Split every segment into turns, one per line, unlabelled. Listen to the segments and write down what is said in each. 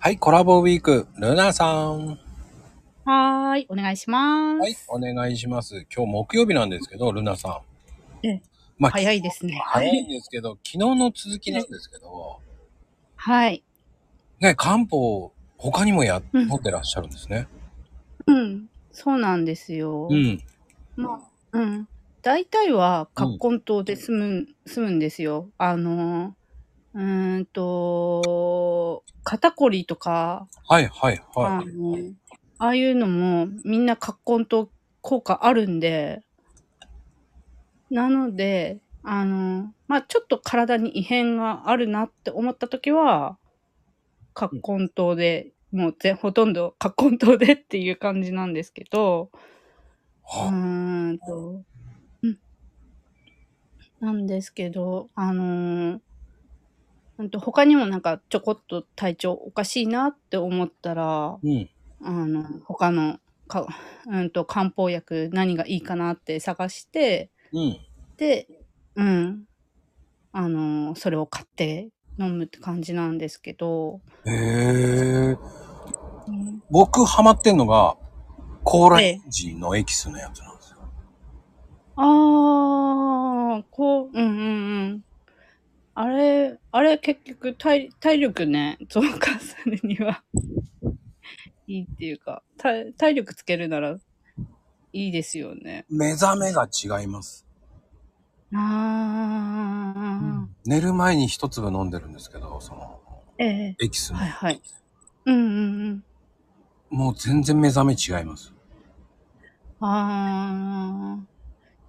はい、コラボウィーク、ルナさん。
はーい、お願いします。
はい、お願いします。今日木曜日なんですけど、ルナさん。
ええ
まあ、
早いですね。
早いんですけど、昨日の続きなんですけど、
はい。
ね、漢方、他にもや、
うん
持ってらっしゃるんですね。
うん、そうなんですよ。
うん。
まあ、うん。大体は、葛根湯で済む、済むんですよ。あの、うーんと、肩こりとか、
はい、はい、
あ
は
の、ああいうのも、みんな葛根湯効果あるんで、なので、あの、まあ、ちょっと体に異変があるなって思った時は、葛根湯で、もうぜほとんど葛根湯でっていう感じなんですけど、う
い。は
ーんと、うん。なんですけど、あのーうんと他にもなんかちょこっと体調おかしいなって思ったら、
うん。
あの、他の、か、うんと、漢方薬何がいいかなって探して、
うん。
で、うん。あの、それを買って飲むって感じなんですけど、
へえ。僕、ハマってんのが、コーラエンジンのエキスのやつなんですよ。
あー、こう、うんうんうん。あれ、あれ結局体、体力ね、増加するには いいっていうか、体体力つけるならいいですよね。
目覚めが違います。
あー、
寝る前に一粒飲んでるんですけど、その、
ええ
エキスの
はい。はい。うんうんうん。
もう全然目覚め違います。
ああ。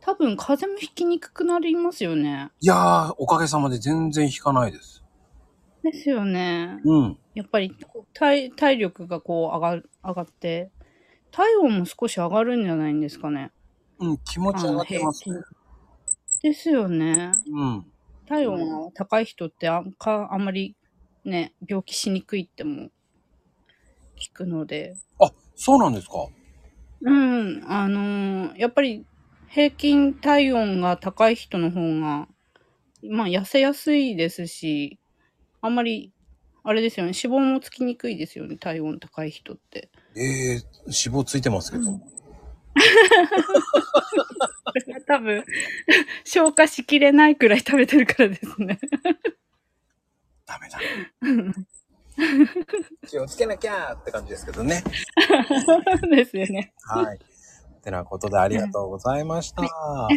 多分風邪もひきにくくなりますよね。
いやー、おかげさまで全然引かないです。
ですよね。
うん。
やっぱりこう体体力がこう上がる上がって、体温も少し上がるんじゃないんですかね。
うん、気持ち上がってますね。
あの平均ですよね。
うん。
体温が高い人ってあんかあんまりね、病気しにくいっても聞くので。
あ、そうなんですか
うん、あのーやっぱり平均体温が高い人の方が、まあ痩せやすいですし、あんまり、あれですよね、脂肪もつきにくいですよね、体温高い人って。
ええ脂肪ついてますけど。
多分、 消化しきれないくらい食べてるからです ね。
ダメだ。 気をつけなきゃーって感じですけど ね。
ですよね。
はい。てなことでありがとうございました。
は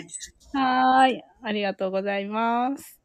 ーい、ありがとうございます。